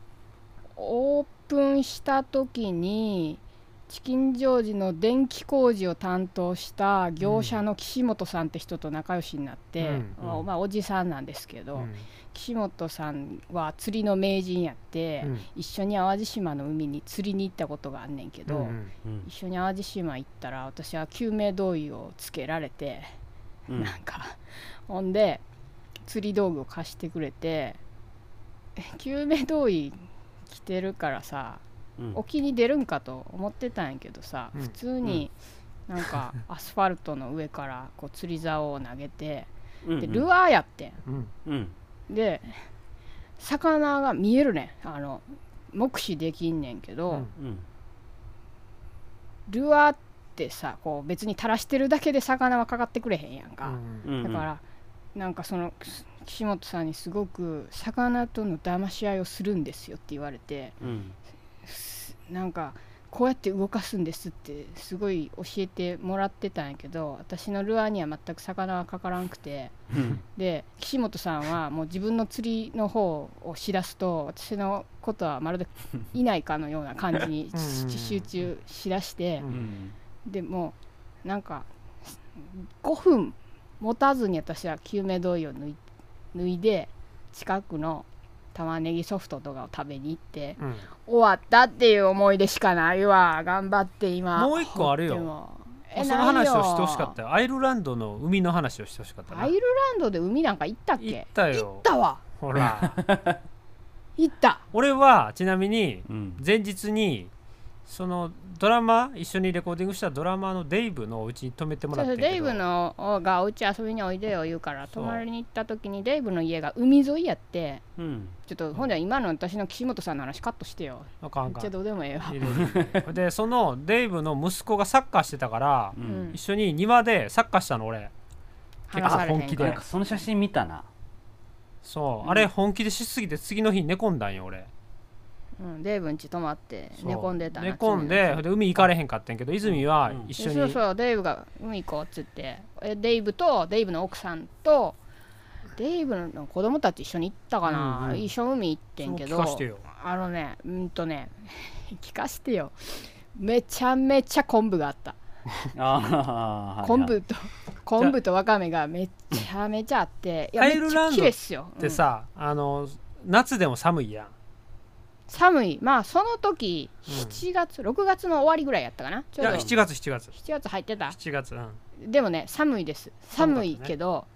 [SPEAKER 2] オープンした時にチキンジョージの電気工事を担当した業者の岸本さんって人と仲良しになって、
[SPEAKER 3] うん
[SPEAKER 2] まあまあおじさんなんですけど、
[SPEAKER 3] うん
[SPEAKER 2] 岸本さんは釣りの名人やって、
[SPEAKER 3] うん
[SPEAKER 2] 一緒に淡路島の海に釣りに行ったことがあんねんけど、
[SPEAKER 3] うん
[SPEAKER 4] うん
[SPEAKER 2] 一緒に淡路島行ったら私は救命胴衣をつけられて。
[SPEAKER 4] うん
[SPEAKER 2] なんかほんで釣り道具を貸してくれてえ救命胴衣着てるからさ
[SPEAKER 4] うん
[SPEAKER 2] 沖に出るんかと思ってたんやけどさ、
[SPEAKER 3] うん
[SPEAKER 2] 普通になんか アスファルトの上からこう釣り竿を投げて
[SPEAKER 4] うん
[SPEAKER 2] でルアーやって
[SPEAKER 3] うん
[SPEAKER 4] うん
[SPEAKER 2] んで魚が見えるねんあの目視できんねんけど、
[SPEAKER 3] うん
[SPEAKER 4] うん
[SPEAKER 2] ルアーってさこう別に垂らしてるだけで魚はかかってくれへんやんか。
[SPEAKER 3] うん
[SPEAKER 4] うん
[SPEAKER 2] だから、なんかそのす岸本さんにすごく魚との騙し合いをするんですよって言われて
[SPEAKER 4] うん
[SPEAKER 2] すなんかこうやって動かすんですってすごい教えてもらってたんやけど私のルアーには全く魚はかからんくて
[SPEAKER 4] うん
[SPEAKER 2] で岸本さんはもう自分の釣りの方を知らすと私のことはまるでいないかのような感じに
[SPEAKER 3] うんうんうん
[SPEAKER 2] 集中しだして
[SPEAKER 3] う
[SPEAKER 4] うんん
[SPEAKER 2] でもうなんか5分持たずに私は救命胴衣を脱い脱いで近くの玉ねぎソフトとかを食べに行って
[SPEAKER 3] うん
[SPEAKER 2] 終わったっていう思い出しかないわ頑張って今
[SPEAKER 3] もう一個あるよ
[SPEAKER 2] 掘っても
[SPEAKER 3] そ
[SPEAKER 2] え
[SPEAKER 3] の話を
[SPEAKER 2] ないよ
[SPEAKER 3] してほしかったよアイルランドの海の話をしてほしかったな
[SPEAKER 2] アイルランドで海なんか行ったっけ
[SPEAKER 3] 行ったよ
[SPEAKER 2] 行ったわ
[SPEAKER 3] ほ ら
[SPEAKER 2] 行った
[SPEAKER 3] 俺はちなみに
[SPEAKER 4] うん
[SPEAKER 3] 前日にそのドラマ一緒にレコーディングしたドラマのデイブのお家に泊めても
[SPEAKER 2] そ
[SPEAKER 3] ら
[SPEAKER 2] うそ
[SPEAKER 3] って
[SPEAKER 2] うん
[SPEAKER 3] けど
[SPEAKER 2] デイブのがお家遊びにおいでよ言うから
[SPEAKER 3] そ
[SPEAKER 2] 泊
[SPEAKER 3] う
[SPEAKER 2] まりに行った時にデイブの家が海沿いやって
[SPEAKER 4] うん
[SPEAKER 2] ちょっとほんじゃ今の私の岸本さんの話カットしてよ
[SPEAKER 3] あかんあ
[SPEAKER 2] めっ
[SPEAKER 3] か
[SPEAKER 2] ちゃどうでもええわ
[SPEAKER 3] んいろいろでそのデイブの息子がサッカーしてたから
[SPEAKER 4] う
[SPEAKER 2] うん
[SPEAKER 4] ん
[SPEAKER 3] 一緒に庭でサッカーしたの俺
[SPEAKER 2] 話されへん
[SPEAKER 3] 結構本気
[SPEAKER 2] か
[SPEAKER 3] で
[SPEAKER 4] な
[SPEAKER 2] ら
[SPEAKER 4] んかその写真見たな
[SPEAKER 3] そううんあれ本気でしすぎて次の日寝込んだんよ俺
[SPEAKER 2] うん、デーブん家泊まって
[SPEAKER 3] そう
[SPEAKER 2] 寝込んでた
[SPEAKER 3] 寝込んでで海行かれへんかったんやけど泉は
[SPEAKER 4] うん
[SPEAKER 3] 一
[SPEAKER 2] 一緒
[SPEAKER 3] 緒に、
[SPEAKER 2] そうそうデイブが海行こうっつってえデイブとデイブの奥さんとデイブの子供たち一緒に行ったかな、
[SPEAKER 3] うんうん
[SPEAKER 2] 一緒に海行ってんけ
[SPEAKER 3] そう聞かし
[SPEAKER 2] ど
[SPEAKER 3] てよ
[SPEAKER 2] あのねうんとね 聞かしてよめちゃめちゃ昆布があった
[SPEAKER 4] ああ
[SPEAKER 2] 昆布と昆布とわかめがめちゃめちゃあっていや
[SPEAKER 3] ア
[SPEAKER 2] め
[SPEAKER 3] イ
[SPEAKER 2] っ
[SPEAKER 3] ル
[SPEAKER 2] ち
[SPEAKER 3] ラ
[SPEAKER 2] ゃ
[SPEAKER 3] ンド
[SPEAKER 2] 綺麗っすよ
[SPEAKER 3] でさ、あの夏でも寒いやん
[SPEAKER 2] 寒いまあその時
[SPEAKER 3] うん
[SPEAKER 2] 7月、6月の終わりぐらいやったかなち
[SPEAKER 3] い
[SPEAKER 2] ょう
[SPEAKER 3] や
[SPEAKER 2] ど
[SPEAKER 3] 7
[SPEAKER 2] 7
[SPEAKER 3] 月7月
[SPEAKER 2] 月入ってた
[SPEAKER 3] 7月うん
[SPEAKER 2] でもね寒いです
[SPEAKER 3] 寒かった
[SPEAKER 2] 寒
[SPEAKER 3] ね
[SPEAKER 2] いけど、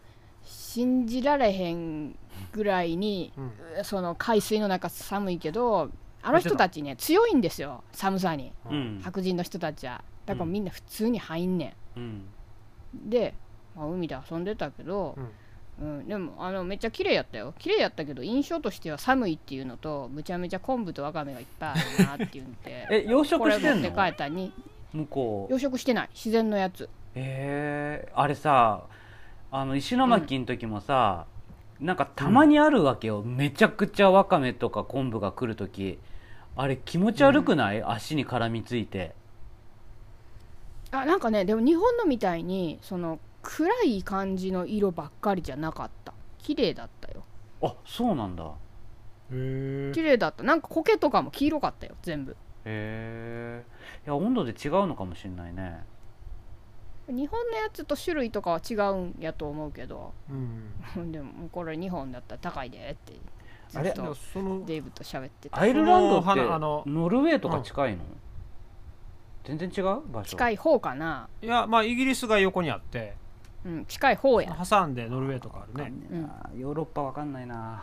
[SPEAKER 2] 信じられへんぐらいに
[SPEAKER 3] うん
[SPEAKER 2] その海水の中寒いけどあの人たちね強いんですよ寒さに
[SPEAKER 4] うん
[SPEAKER 2] 白人の人たちはだから
[SPEAKER 3] うん
[SPEAKER 2] みんな普通に入んね
[SPEAKER 4] うん
[SPEAKER 2] んで、まあ、海で遊んでたけど、うんでもあのめっちゃ綺麗やったよ綺麗やったけど印象としては寒いっていうのとむちゃめちゃ昆布とわかめがいっぱいあるなっていうん で
[SPEAKER 4] え養
[SPEAKER 2] こ
[SPEAKER 4] 殖
[SPEAKER 2] れ
[SPEAKER 4] して
[SPEAKER 2] 持っ
[SPEAKER 4] ん
[SPEAKER 2] て
[SPEAKER 4] の
[SPEAKER 2] 帰ったに
[SPEAKER 4] 向こう
[SPEAKER 2] 養殖してない自然のやつ
[SPEAKER 4] えー、あれさあの石巻の時もさ、なんかたまにあるわけよ、めちゃくちゃわかめとか昆布が来る時あれ気持ち悪くない、足に絡みついて
[SPEAKER 2] あなんかねでも日本のみたいにその暗い感じの色ばっかりじゃなかった綺麗だったよ
[SPEAKER 4] あそうなんだ
[SPEAKER 3] へ
[SPEAKER 2] 綺麗だったなんか苔とかも黄色かったよ全部
[SPEAKER 4] へえいや温度で違うのかもしれないね
[SPEAKER 2] 日本のやつと種類とかは違うんやと思うけど
[SPEAKER 3] うん
[SPEAKER 2] でももうこれ日本だったら高いでってず
[SPEAKER 4] あれ
[SPEAKER 2] っと
[SPEAKER 3] その
[SPEAKER 2] デイブと喋ってた
[SPEAKER 4] アイルランドっ
[SPEAKER 3] そ
[SPEAKER 4] て
[SPEAKER 3] の花あの
[SPEAKER 4] ノルウェーとか近いの、全然違う場所
[SPEAKER 2] 近
[SPEAKER 4] い
[SPEAKER 2] い方かな、
[SPEAKER 3] いやまあイギリスが横にあって
[SPEAKER 2] うん、近い方や
[SPEAKER 3] 挟んでノルウェーとかあるね
[SPEAKER 4] ヨーロッパわかんないな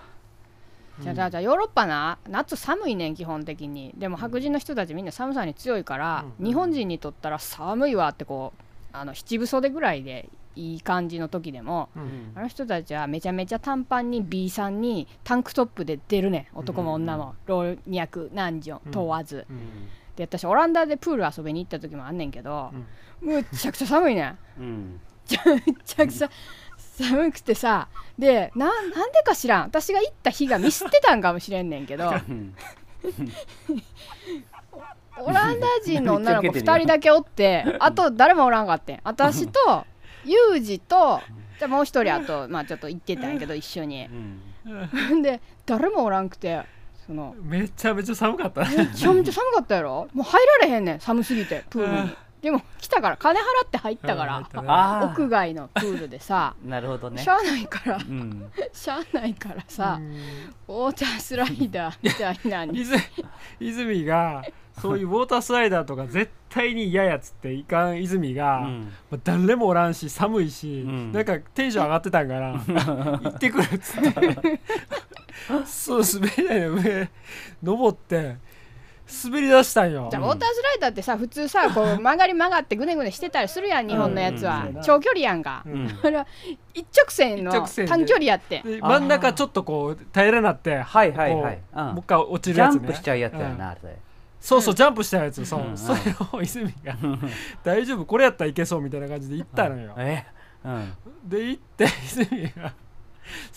[SPEAKER 2] じゃあじゃあじゃあヨーロッパな夏寒いねん基本的にでも白人の人たちみんな寒さに強いから、
[SPEAKER 3] うん
[SPEAKER 2] 日本人にとったら寒いわってこうあの七分袖ぐらいでいい感じの時でも
[SPEAKER 3] う
[SPEAKER 4] うん
[SPEAKER 2] あの人たちはめちゃめちゃ短パンに B さんにタンクトップで出るねん男も女も老若男女問わず、
[SPEAKER 3] うん
[SPEAKER 2] で私オランダでプール遊びに行った時もあんねんけど、むっちゃくちゃ寒いねん
[SPEAKER 4] うん
[SPEAKER 2] めっちゃくちゃ寒くてさでななんでか知らん私が行った日がミスってたんかもしれんねんけど
[SPEAKER 4] うん
[SPEAKER 2] オランダ人の 女の子2人だけおってあと誰もおらんかってん私と ユージとじゃあもう一人あとまあちょっと行ってたんやけど一緒に
[SPEAKER 4] うん
[SPEAKER 2] んで誰もおらんくてその
[SPEAKER 3] めちゃめちゃ寒かった
[SPEAKER 2] めちゃめちゃ寒かったやろもう入られへんねん寒すぎてプールにでも来たから金払って入ったから
[SPEAKER 4] あー
[SPEAKER 2] 屋外のプールでさ
[SPEAKER 4] なるほどね
[SPEAKER 2] しゃあないから
[SPEAKER 4] うん
[SPEAKER 2] しゃあないからさウォータースライダーみたいなに
[SPEAKER 3] 泉泉がそういうウォータースライダーとか絶対に嫌やつっていかん泉が、
[SPEAKER 4] うん
[SPEAKER 3] もう誰もおらんし寒いし、
[SPEAKER 4] うん
[SPEAKER 3] なんかテンション上がってたんかな 行ってくるっつってそう滑り台の上登って滑り出したんよ
[SPEAKER 2] じゃあウォータースライダーってさ普通さこう曲がり曲がってぐねぐねしてたりするやん日本のやつは
[SPEAKER 4] うん
[SPEAKER 3] うん
[SPEAKER 2] 長距離やんか
[SPEAKER 4] うん
[SPEAKER 2] あれは一直線の
[SPEAKER 3] 一直線で
[SPEAKER 2] 短距離やって
[SPEAKER 3] で真ん中ちょっとこう平らなって
[SPEAKER 4] はいはいはい
[SPEAKER 3] こう
[SPEAKER 4] うん
[SPEAKER 3] もう一回落ち
[SPEAKER 4] ジ
[SPEAKER 3] るや
[SPEAKER 4] ャ
[SPEAKER 3] つ、ね、
[SPEAKER 4] ンプしちゃうやつやな、あれ。
[SPEAKER 3] そうそう、ジャンプしたやつ、そう、
[SPEAKER 4] うん
[SPEAKER 3] それを泉 が、大丈夫、これやったらいけそうみたいな感じで行ったのよ。
[SPEAKER 4] え、うん、
[SPEAKER 3] で、行って、泉が、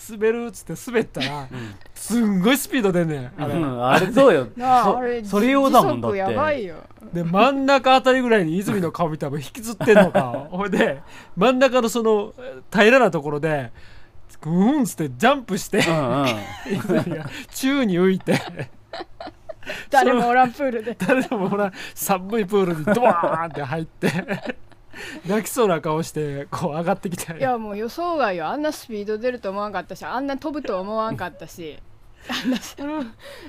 [SPEAKER 3] 滑るっつって滑ったら、すんごいスピード出んねん、あれ。
[SPEAKER 4] うん、あれそうよ。
[SPEAKER 2] なあ
[SPEAKER 4] そ
[SPEAKER 2] あれ
[SPEAKER 4] それ用だもんだっ
[SPEAKER 2] 時速やばい
[SPEAKER 4] て。
[SPEAKER 2] よ
[SPEAKER 3] で、真ん中あたりぐらいに泉の顔見たら、もう引きずってんのか。 ほいで、真ん中のその、平らなところで、うんっつってジャンプして、
[SPEAKER 4] うんうん。
[SPEAKER 3] 泉が宙に浮いて、
[SPEAKER 2] 誰もおらんプー ルで
[SPEAKER 3] 誰でもほら寒いプールにドワーンって入って泣きそうな顔してこう上がってきた
[SPEAKER 2] いやもう予想外よあんなスピード出ると思わんかったしあんな飛ぶと思わんかったしあんな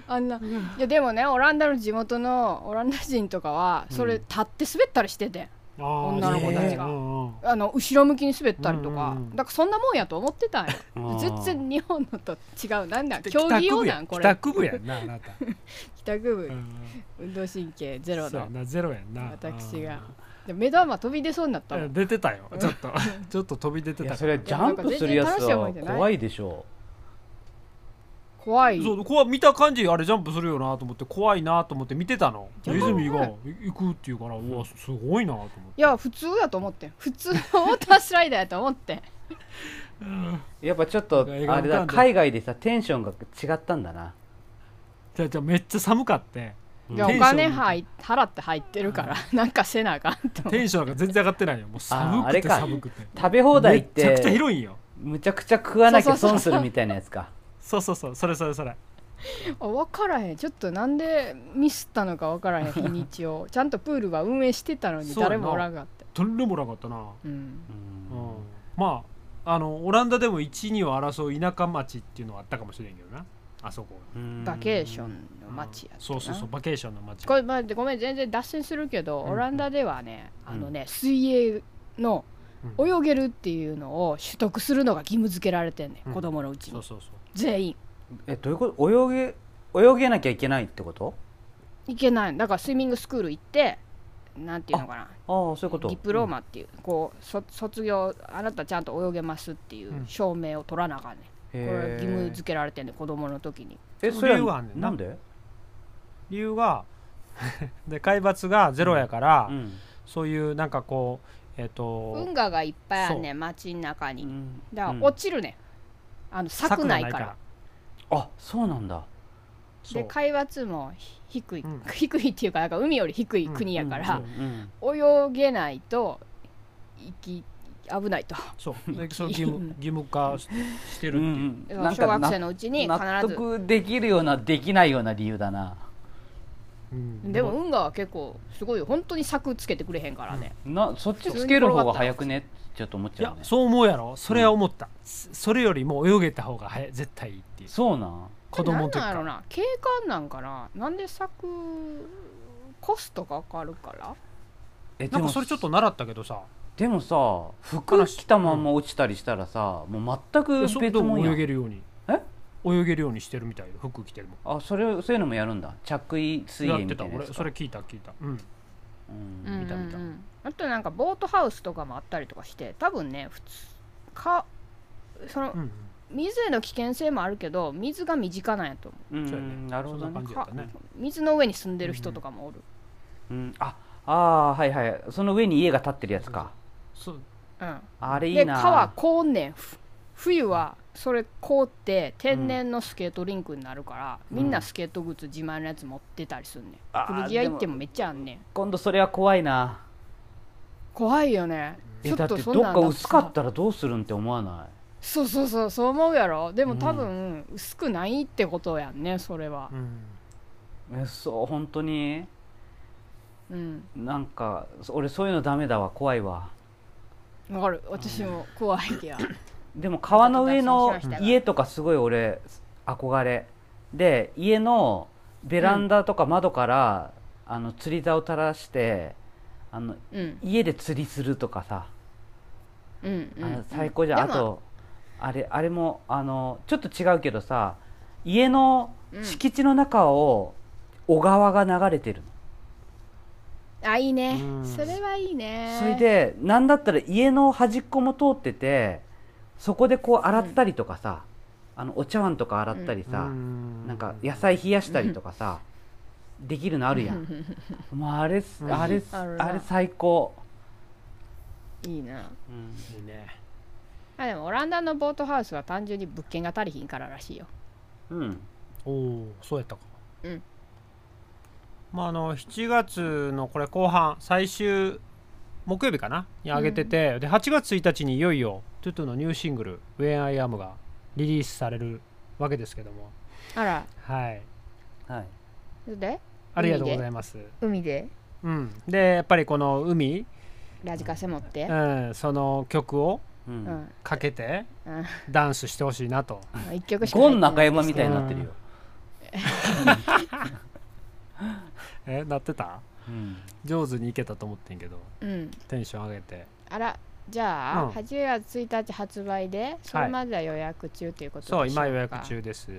[SPEAKER 2] あんないやでもねオランダの地元のオランダ人とかはそれ立って滑ったりしてて、女の子たちが
[SPEAKER 3] うんうん
[SPEAKER 2] あの後ろ向きに滑ったりとか、
[SPEAKER 3] うんうんうん
[SPEAKER 2] だからそんなもんやと思ってたんよ
[SPEAKER 4] あー
[SPEAKER 2] 全然日本のと違うなんなん競技用なんこれ
[SPEAKER 3] 帰宅部やんなあなた、
[SPEAKER 2] 帰宅部
[SPEAKER 3] うん
[SPEAKER 2] 運動神経ゼロ
[SPEAKER 3] そうや
[SPEAKER 2] の
[SPEAKER 3] なゼロやんな
[SPEAKER 2] 私がで目玉飛び出そうになった
[SPEAKER 3] う
[SPEAKER 2] も
[SPEAKER 3] ん
[SPEAKER 2] ん
[SPEAKER 3] 出てたよちょっと ちょっと飛び出てた
[SPEAKER 4] いや、
[SPEAKER 3] か
[SPEAKER 4] それ
[SPEAKER 3] ら
[SPEAKER 4] はジャンプするやつは怖いでしょ
[SPEAKER 2] 怖い
[SPEAKER 3] そう怖い見た感じあれジャンプするよなと思って怖いなと思って見てたの
[SPEAKER 2] ジャンプ
[SPEAKER 3] 泉が行くっていうからうわすごいなと思って
[SPEAKER 2] いや普通やと思ってん普通のウォータースライダーやと思ってん
[SPEAKER 4] う。やっぱちょっと、あれ
[SPEAKER 3] 映画浮か
[SPEAKER 4] だ、
[SPEAKER 3] んで
[SPEAKER 4] 海外でさ、テンションが違ったんだな。
[SPEAKER 3] じゃあじゃあめっちゃ寒かって
[SPEAKER 2] いやお
[SPEAKER 3] テンション
[SPEAKER 2] 金入っ払って入ってるからなんかせなあかんって思う
[SPEAKER 3] テンションが全然上がってないよもう寒
[SPEAKER 4] ああ
[SPEAKER 3] く
[SPEAKER 4] れ
[SPEAKER 3] て
[SPEAKER 4] か
[SPEAKER 3] 寒くて
[SPEAKER 4] 食べ放題っ
[SPEAKER 3] めちゃくちゃ
[SPEAKER 4] て
[SPEAKER 3] 広いんよ
[SPEAKER 4] むちゃくちゃ食わなき
[SPEAKER 2] そう
[SPEAKER 4] ゃ
[SPEAKER 2] そうそう
[SPEAKER 4] 損するみたいなやつか
[SPEAKER 3] そうそうそうそれそれそれ
[SPEAKER 2] あ分からへんちょっとなんでミスったのか分からへ ん日にちをちゃんとプールは運営してたのに
[SPEAKER 3] そうやな
[SPEAKER 2] 誰もおらんかった
[SPEAKER 3] とんでもなかったな
[SPEAKER 2] うん
[SPEAKER 3] うんまああのオランダでも1、2を争う田舎町っていうのはあったかもしれんけどなあそこ
[SPEAKER 2] バケーションの街やったな
[SPEAKER 3] そうそうそうバケーションの町
[SPEAKER 2] これ、まあ、ごめん全然脱線するけど、
[SPEAKER 3] うん
[SPEAKER 2] オランダではねあのね、水泳の
[SPEAKER 3] うん
[SPEAKER 2] 泳げるっていうのを取得するのが義務付けられてんね、
[SPEAKER 3] うん
[SPEAKER 2] ん、子供のうち
[SPEAKER 3] そ
[SPEAKER 2] に
[SPEAKER 3] うそうそう
[SPEAKER 2] 全員
[SPEAKER 4] えどういうこと泳げ泳げなきゃいけないってこと
[SPEAKER 2] いけないだからスイミングスクール行ってなんていうのかな
[SPEAKER 4] ああそういうこと
[SPEAKER 2] ディプローマっていう、こうそ卒業あなたちゃんと泳げますってい
[SPEAKER 3] うん
[SPEAKER 2] う証明を取らなあかんね、
[SPEAKER 4] へ
[SPEAKER 2] ん、
[SPEAKER 4] え
[SPEAKER 2] これは義務付けられてんねん子供の時に
[SPEAKER 4] えそれ
[SPEAKER 3] 理由は
[SPEAKER 4] は
[SPEAKER 3] あんねんな
[SPEAKER 4] なんで
[SPEAKER 3] 理由が で海抜がゼロやから、
[SPEAKER 4] うん
[SPEAKER 3] そういうなんかこうえっ、と、
[SPEAKER 2] 運河がいっぱいあんねん街の中にだから
[SPEAKER 4] うん
[SPEAKER 2] 落ちるねんあの
[SPEAKER 3] 策
[SPEAKER 2] 柵ないから
[SPEAKER 4] あそうなんだ
[SPEAKER 3] そう
[SPEAKER 2] で海抜もひ低い、
[SPEAKER 3] うん
[SPEAKER 2] 低いっていうかなんか海より低い国やから
[SPEAKER 4] う、ん
[SPEAKER 2] 泳げないと生き危ないと
[SPEAKER 3] そうでそう義務義務化しして
[SPEAKER 4] う
[SPEAKER 3] るっていう、
[SPEAKER 4] ん
[SPEAKER 2] だ
[SPEAKER 4] う
[SPEAKER 2] から
[SPEAKER 4] んなん
[SPEAKER 2] 小
[SPEAKER 4] か
[SPEAKER 2] 学
[SPEAKER 4] な
[SPEAKER 2] 生のうちに必
[SPEAKER 4] 納
[SPEAKER 2] ず
[SPEAKER 4] 得できるようなできないような理由だな
[SPEAKER 3] うん
[SPEAKER 2] でも運河は結構すごいよ本当に柵つけてくれへんからね、
[SPEAKER 4] なそっちつける方が早くねってちょっと思っ
[SPEAKER 3] い
[SPEAKER 4] ちゃ
[SPEAKER 3] や
[SPEAKER 4] うね
[SPEAKER 3] そう思うやろそれは思った、そそれよりも泳げた方が早い絶対いいっていう
[SPEAKER 4] そうなん
[SPEAKER 3] 子供の時
[SPEAKER 2] なん
[SPEAKER 3] か
[SPEAKER 2] やろ
[SPEAKER 3] ら
[SPEAKER 2] な景観なんかななんで柵コストがかかるから
[SPEAKER 4] えで
[SPEAKER 3] なん
[SPEAKER 4] も
[SPEAKER 3] かそれちょっと習ったけどさ
[SPEAKER 4] でもさ服着たまんま落ちたりしたらさもう全く
[SPEAKER 3] えそう
[SPEAKER 4] 別
[SPEAKER 3] で
[SPEAKER 4] 物
[SPEAKER 3] も
[SPEAKER 4] や
[SPEAKER 3] 泳げ
[SPEAKER 4] ん
[SPEAKER 3] るように
[SPEAKER 4] え
[SPEAKER 3] 泳げるようにしてるみたいよ服着てるもん
[SPEAKER 4] あそれそういうのもやるんだ着衣水
[SPEAKER 3] や
[SPEAKER 4] 泳
[SPEAKER 3] っ
[SPEAKER 4] み
[SPEAKER 3] てた
[SPEAKER 4] たいなや
[SPEAKER 3] 俺
[SPEAKER 4] つか
[SPEAKER 3] それ聞いた聞いたうん
[SPEAKER 4] うん
[SPEAKER 2] うんうんうん
[SPEAKER 3] 見た見た
[SPEAKER 2] あとなんかボートハウスとかもあったりとかして多分ね普通かその
[SPEAKER 3] うんうん
[SPEAKER 2] 水への危険性もあるけど水が身近なんやと思
[SPEAKER 4] う
[SPEAKER 3] そうやね
[SPEAKER 4] んなるほど
[SPEAKER 3] そんな感
[SPEAKER 4] ね
[SPEAKER 3] じやったね
[SPEAKER 2] う水の上に住んでる人とかもおる、
[SPEAKER 4] うんああーはいはいその上に家が建ってるやつか
[SPEAKER 3] そう
[SPEAKER 2] うん
[SPEAKER 4] あれい
[SPEAKER 2] で
[SPEAKER 4] いな
[SPEAKER 2] 川凍んねんふ冬はそれ凍って天然のスケートリンクになるから、みんなスケート靴自前のやつ持ってたりすんねん
[SPEAKER 4] あー
[SPEAKER 2] 古着屋行ってもめっちゃあんねん
[SPEAKER 4] 今度それは怖いな
[SPEAKER 2] 怖いよね
[SPEAKER 4] えだって
[SPEAKER 2] そ
[SPEAKER 4] ど
[SPEAKER 2] ん
[SPEAKER 4] っ
[SPEAKER 2] なん
[SPEAKER 4] か薄か
[SPEAKER 2] だっ
[SPEAKER 4] っ
[SPEAKER 2] てさ
[SPEAKER 4] たらどうするんって思わない
[SPEAKER 2] そうそうそうそう思うやろで
[SPEAKER 4] う
[SPEAKER 2] も
[SPEAKER 4] ん
[SPEAKER 2] 多分薄くないってことやんねそれは
[SPEAKER 3] うん
[SPEAKER 4] えそう本当に
[SPEAKER 2] うん
[SPEAKER 4] なんかそ俺そういうのダメだわ怖いわ
[SPEAKER 2] わかる私も怖いけや
[SPEAKER 4] でも川の上の
[SPEAKER 2] ちょっと脱線しましたが
[SPEAKER 4] 家とかすごい俺憧れで家のベランダとか窓から、あの釣り竿を垂らしてあの
[SPEAKER 2] うん
[SPEAKER 4] 家で釣りするとかさ、
[SPEAKER 2] うんう
[SPEAKER 4] あの
[SPEAKER 2] ん
[SPEAKER 4] 最高じゃん、
[SPEAKER 2] でも
[SPEAKER 4] あとあれあれもあのちょっと違うけどさ家の
[SPEAKER 2] うん
[SPEAKER 4] 敷地の中を小川が流れてるの、
[SPEAKER 2] あいいね
[SPEAKER 3] うん
[SPEAKER 2] それはいいね
[SPEAKER 4] それでなんだったら家の端っこも通っててそこでこう洗ったりとかさ、あのお茶碗とか洗ったりさ、なんか野菜冷やしたりとかさ、できるのあるやん。 もうあれす、
[SPEAKER 3] うん
[SPEAKER 4] あれす、
[SPEAKER 2] あるな
[SPEAKER 4] あれ最高。
[SPEAKER 2] いいな
[SPEAKER 3] うんいいね
[SPEAKER 2] あでもオランダのボートハウスは単純に物件が足りひんかららしいよ
[SPEAKER 4] うん。
[SPEAKER 3] おおそうやったか
[SPEAKER 2] うん
[SPEAKER 3] まああの7月のこれ後半最終木曜日かなに上げてて、で8月1日にいよいよトゥトゥのニューシングル「When I Am」がリリースされるわけですけども
[SPEAKER 2] あら
[SPEAKER 3] はい
[SPEAKER 4] はい。
[SPEAKER 2] それで
[SPEAKER 3] ありがとうございます
[SPEAKER 2] 海で
[SPEAKER 3] うん、でやっぱりこの海、
[SPEAKER 2] ラジカセ持って
[SPEAKER 3] うん、その曲を
[SPEAKER 4] う。
[SPEAKER 2] うんん
[SPEAKER 3] かけて
[SPEAKER 2] うん
[SPEAKER 3] ダンスしてほしいなと
[SPEAKER 2] まあ一曲しか
[SPEAKER 4] ゴ
[SPEAKER 2] 入ってない
[SPEAKER 4] ン中山みたいになってるよ。
[SPEAKER 3] えなってた
[SPEAKER 4] うん。
[SPEAKER 3] 上手にいけたと思ってんけど
[SPEAKER 2] うん
[SPEAKER 3] テンション上げて
[SPEAKER 2] あらじゃあ、
[SPEAKER 3] うん
[SPEAKER 2] 8月1日発売でそれまでは予約中ということでしょ
[SPEAKER 3] そう
[SPEAKER 2] か
[SPEAKER 3] 今予約中です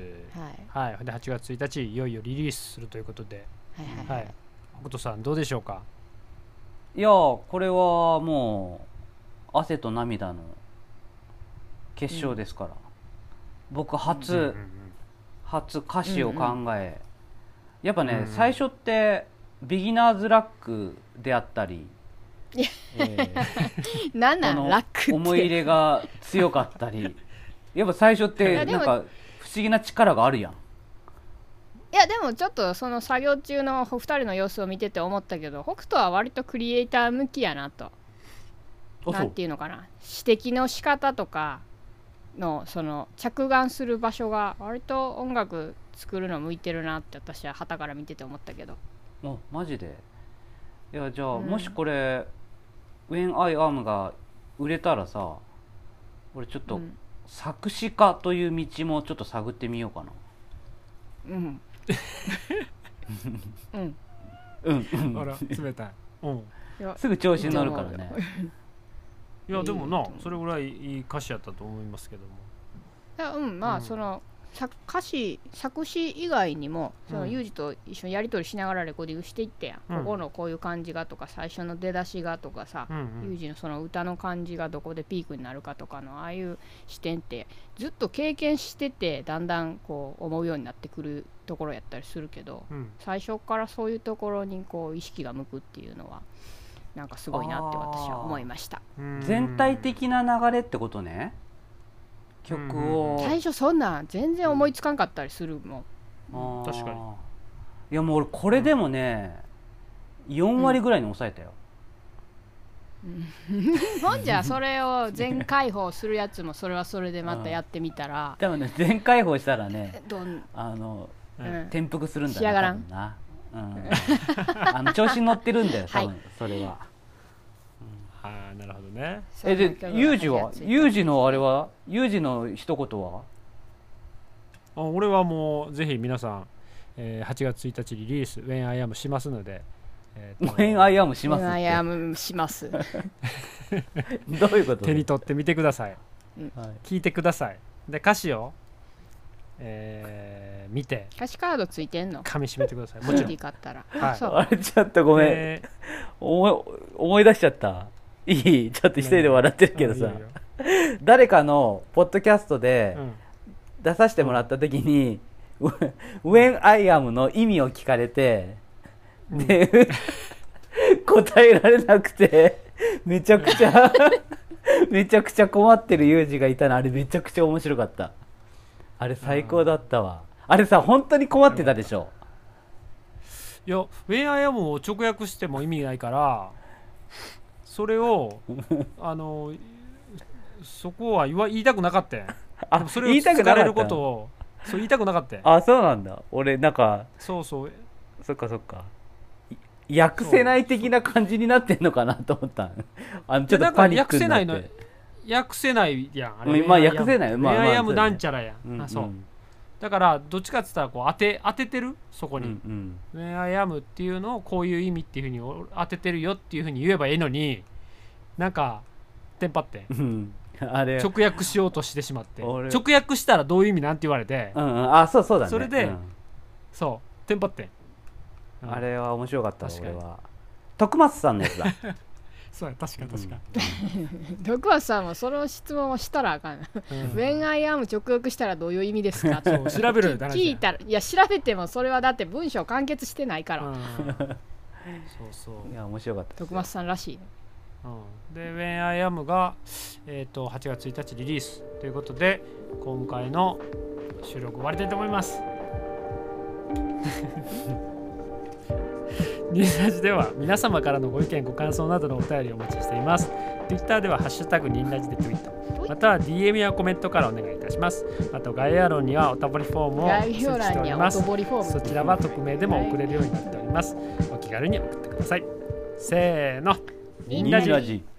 [SPEAKER 2] はい
[SPEAKER 3] はいで8月1日いよいよリリースするということで
[SPEAKER 2] はいはいは、
[SPEAKER 3] はいい北斗さんどうでしょうか
[SPEAKER 4] いやー、これはもう汗と涙の結晶ですから。僕初、
[SPEAKER 3] うんうんうん
[SPEAKER 4] 初歌詞を考え、やっぱね、
[SPEAKER 3] うん
[SPEAKER 4] 最初ってビギナーズラックであったり、えー
[SPEAKER 2] なんな
[SPEAKER 4] あ
[SPEAKER 2] ん
[SPEAKER 4] の
[SPEAKER 2] ラックって
[SPEAKER 4] 思い入れが強か ったりやっぱ最初っ
[SPEAKER 2] い
[SPEAKER 4] て
[SPEAKER 2] やで
[SPEAKER 4] な
[SPEAKER 2] も
[SPEAKER 4] んか不思議な力があるやん
[SPEAKER 2] いやでもちょっとその作業中の2人の様子を見てて思ったけど北斗は割とクリエイター向きやなと
[SPEAKER 4] あそ
[SPEAKER 2] 何
[SPEAKER 4] う
[SPEAKER 2] ていうのかな指摘の仕方とかのその着眼する場所が割と音楽作るの向いてるなって私は旗から見てて思ったけど
[SPEAKER 4] あマジでいやじゃあ、
[SPEAKER 2] うん
[SPEAKER 4] もしこれ「When I Am」が売れたらさ俺ちょっと
[SPEAKER 2] うん
[SPEAKER 4] 作詞家という道もちょっと探ってみようかな
[SPEAKER 2] うんうん
[SPEAKER 4] うんうん
[SPEAKER 6] あら冷たい
[SPEAKER 3] うん
[SPEAKER 2] いや
[SPEAKER 4] すぐ調子に乗るからね
[SPEAKER 3] いやでも
[SPEAKER 2] いいと
[SPEAKER 3] な
[SPEAKER 2] 思う
[SPEAKER 3] それぐらいいい歌詞やったと思いますけども
[SPEAKER 2] いやうんまあ、
[SPEAKER 3] うん
[SPEAKER 2] その作歌詞作詞以外にもその、
[SPEAKER 3] うん
[SPEAKER 2] ユージと一緒にやり取りしながらレコーディングしていってやん、
[SPEAKER 3] うん
[SPEAKER 2] ここのこういう感じがとか最初の出だしがとかさ、
[SPEAKER 3] うん
[SPEAKER 2] ユージのその歌の感じがどこでピークになるかとかのああいう視点ってずっと経験しててだんだんこう思うようになってくるところやったりするけど
[SPEAKER 3] うんうん
[SPEAKER 2] 最初からそういうところにこう意識が向くっていうのはなんかすごいなって私は思いました
[SPEAKER 3] うん
[SPEAKER 4] 全体的な流れってことね曲を
[SPEAKER 2] 最初そんなん全然思いつかんかったりするもん
[SPEAKER 4] あー
[SPEAKER 3] 確かに
[SPEAKER 4] いやもう俺これでもね4割ぐらいに抑えたよ
[SPEAKER 2] ほんじゃそれを全開放するやつもそれはそれでまたやってみたら、
[SPEAKER 4] 多分ね全開放したらね
[SPEAKER 2] どん、
[SPEAKER 4] あの
[SPEAKER 2] う
[SPEAKER 3] うん
[SPEAKER 2] ん、
[SPEAKER 4] 転覆するんだ
[SPEAKER 2] 仕上がらん
[SPEAKER 4] ね多分な、うん、あ の調子に乗ってるんだよ多分、
[SPEAKER 2] はい
[SPEAKER 4] それは
[SPEAKER 3] はいなるほどね
[SPEAKER 4] えでユージはユ
[SPEAKER 2] う
[SPEAKER 4] ージのあれはユージの一言は
[SPEAKER 3] あ俺はもうぜひ皆さん、えー8月1日リリース「When I Am」しますのでえーと
[SPEAKER 4] 恋愛アムし
[SPEAKER 2] し
[SPEAKER 4] ま
[SPEAKER 2] ますすい
[SPEAKER 4] っ
[SPEAKER 2] やもうします
[SPEAKER 4] てどういうこと
[SPEAKER 3] 手に取ってみてください
[SPEAKER 4] はい
[SPEAKER 3] 聞いてくださいで歌詞を、えー見て
[SPEAKER 2] 歌詞カードついてんの
[SPEAKER 3] 噛み締めてくださいもちろ
[SPEAKER 2] CD
[SPEAKER 3] ん
[SPEAKER 2] 買ったら、
[SPEAKER 3] はい
[SPEAKER 2] そう
[SPEAKER 4] あれちょっとごめん、
[SPEAKER 3] えー
[SPEAKER 4] 思い思い出しちゃったいいちょっと一人で笑ってるけど
[SPEAKER 3] あ
[SPEAKER 4] さ
[SPEAKER 3] いいよ
[SPEAKER 4] 誰かのポッドキャストで
[SPEAKER 3] うん
[SPEAKER 4] 出させてもらった時に「When I am」の意味を聞かれてで、答えられなくてめちゃく ちゃめちゃくちゃ困ってるユージがいたのあれめちゃくちゃ面白かったあれ最高だったわあれさ本当に困ってたでしょ
[SPEAKER 3] いや「When I Am」を直訳しても意味ないからそれを あのそこは言わ言いたくなかったやんで
[SPEAKER 4] あ
[SPEAKER 3] もそれを
[SPEAKER 4] 言いたく
[SPEAKER 3] 聞かれ
[SPEAKER 4] なか
[SPEAKER 3] る
[SPEAKER 4] った
[SPEAKER 3] ことをそう言いたくなかったやん
[SPEAKER 4] あそうなんだ俺なんか
[SPEAKER 3] そうそう
[SPEAKER 4] そっかそっかい訳せない的な感じになってんのかなと思ったあのちょっ
[SPEAKER 3] いやだ
[SPEAKER 4] と
[SPEAKER 3] か
[SPEAKER 4] パ
[SPEAKER 3] ら
[SPEAKER 4] ニックになって
[SPEAKER 3] 訳せないの訳せないやんあ
[SPEAKER 4] うん
[SPEAKER 3] れ
[SPEAKER 4] まあ訳せないまあまあ
[SPEAKER 3] まあむなんちゃらやん、
[SPEAKER 4] うん
[SPEAKER 3] あそう、
[SPEAKER 4] うん
[SPEAKER 3] だからどっちかっつったらこう当て当ててるそこ
[SPEAKER 4] う
[SPEAKER 3] に、
[SPEAKER 4] んうん
[SPEAKER 3] 恋愛アムっていうのをこういう意味っていうふうにお当ててるよっていうふうに言えばええのになんかテンパって
[SPEAKER 4] うんあれ
[SPEAKER 3] 直訳しようとしてしまって
[SPEAKER 4] 俺
[SPEAKER 3] 直訳したらどういう意味なんて言われて
[SPEAKER 4] うんうんあそうそうだね
[SPEAKER 3] それで
[SPEAKER 4] うん
[SPEAKER 3] そうテンパってんうん
[SPEAKER 4] あれは面白かったわ
[SPEAKER 3] 確か
[SPEAKER 4] 俺
[SPEAKER 3] に
[SPEAKER 4] は徳松さんのやつだ
[SPEAKER 3] そうや確か確か、
[SPEAKER 2] 徳橋さんもその質問をしたらあかん
[SPEAKER 3] うん
[SPEAKER 2] 「When I am」直訳したらどういう意味ですか
[SPEAKER 3] そう調べるよ
[SPEAKER 2] 聞聞いたらいや調べてもそれはだって文章完結してないから、
[SPEAKER 3] うんそうそう、
[SPEAKER 4] いや面白かった
[SPEAKER 2] 徳松さんらしいね
[SPEAKER 3] うん、で「When I Am が」えーと8月1日リリースということで今回の収録終わりたいと思います ニューラジでは皆様からのご意見ご感想などのお便りをお待ちしています Twitter では「ハッシュタグニンラジ」でツイートまたは DM やコメントからお願いいたしますあと概要欄にはおたぼりフォームを設置
[SPEAKER 2] 概要
[SPEAKER 3] して
[SPEAKER 2] 欄に
[SPEAKER 3] おり
[SPEAKER 2] は
[SPEAKER 3] ま
[SPEAKER 2] おと
[SPEAKER 3] す
[SPEAKER 2] ぼりフォー
[SPEAKER 3] そ
[SPEAKER 2] ム
[SPEAKER 3] ちらは匿名でも送れるようになっておりますお気軽に送ってくださいせーの
[SPEAKER 4] ニン
[SPEAKER 3] ラ
[SPEAKER 4] ラ
[SPEAKER 3] ジ
[SPEAKER 4] ジ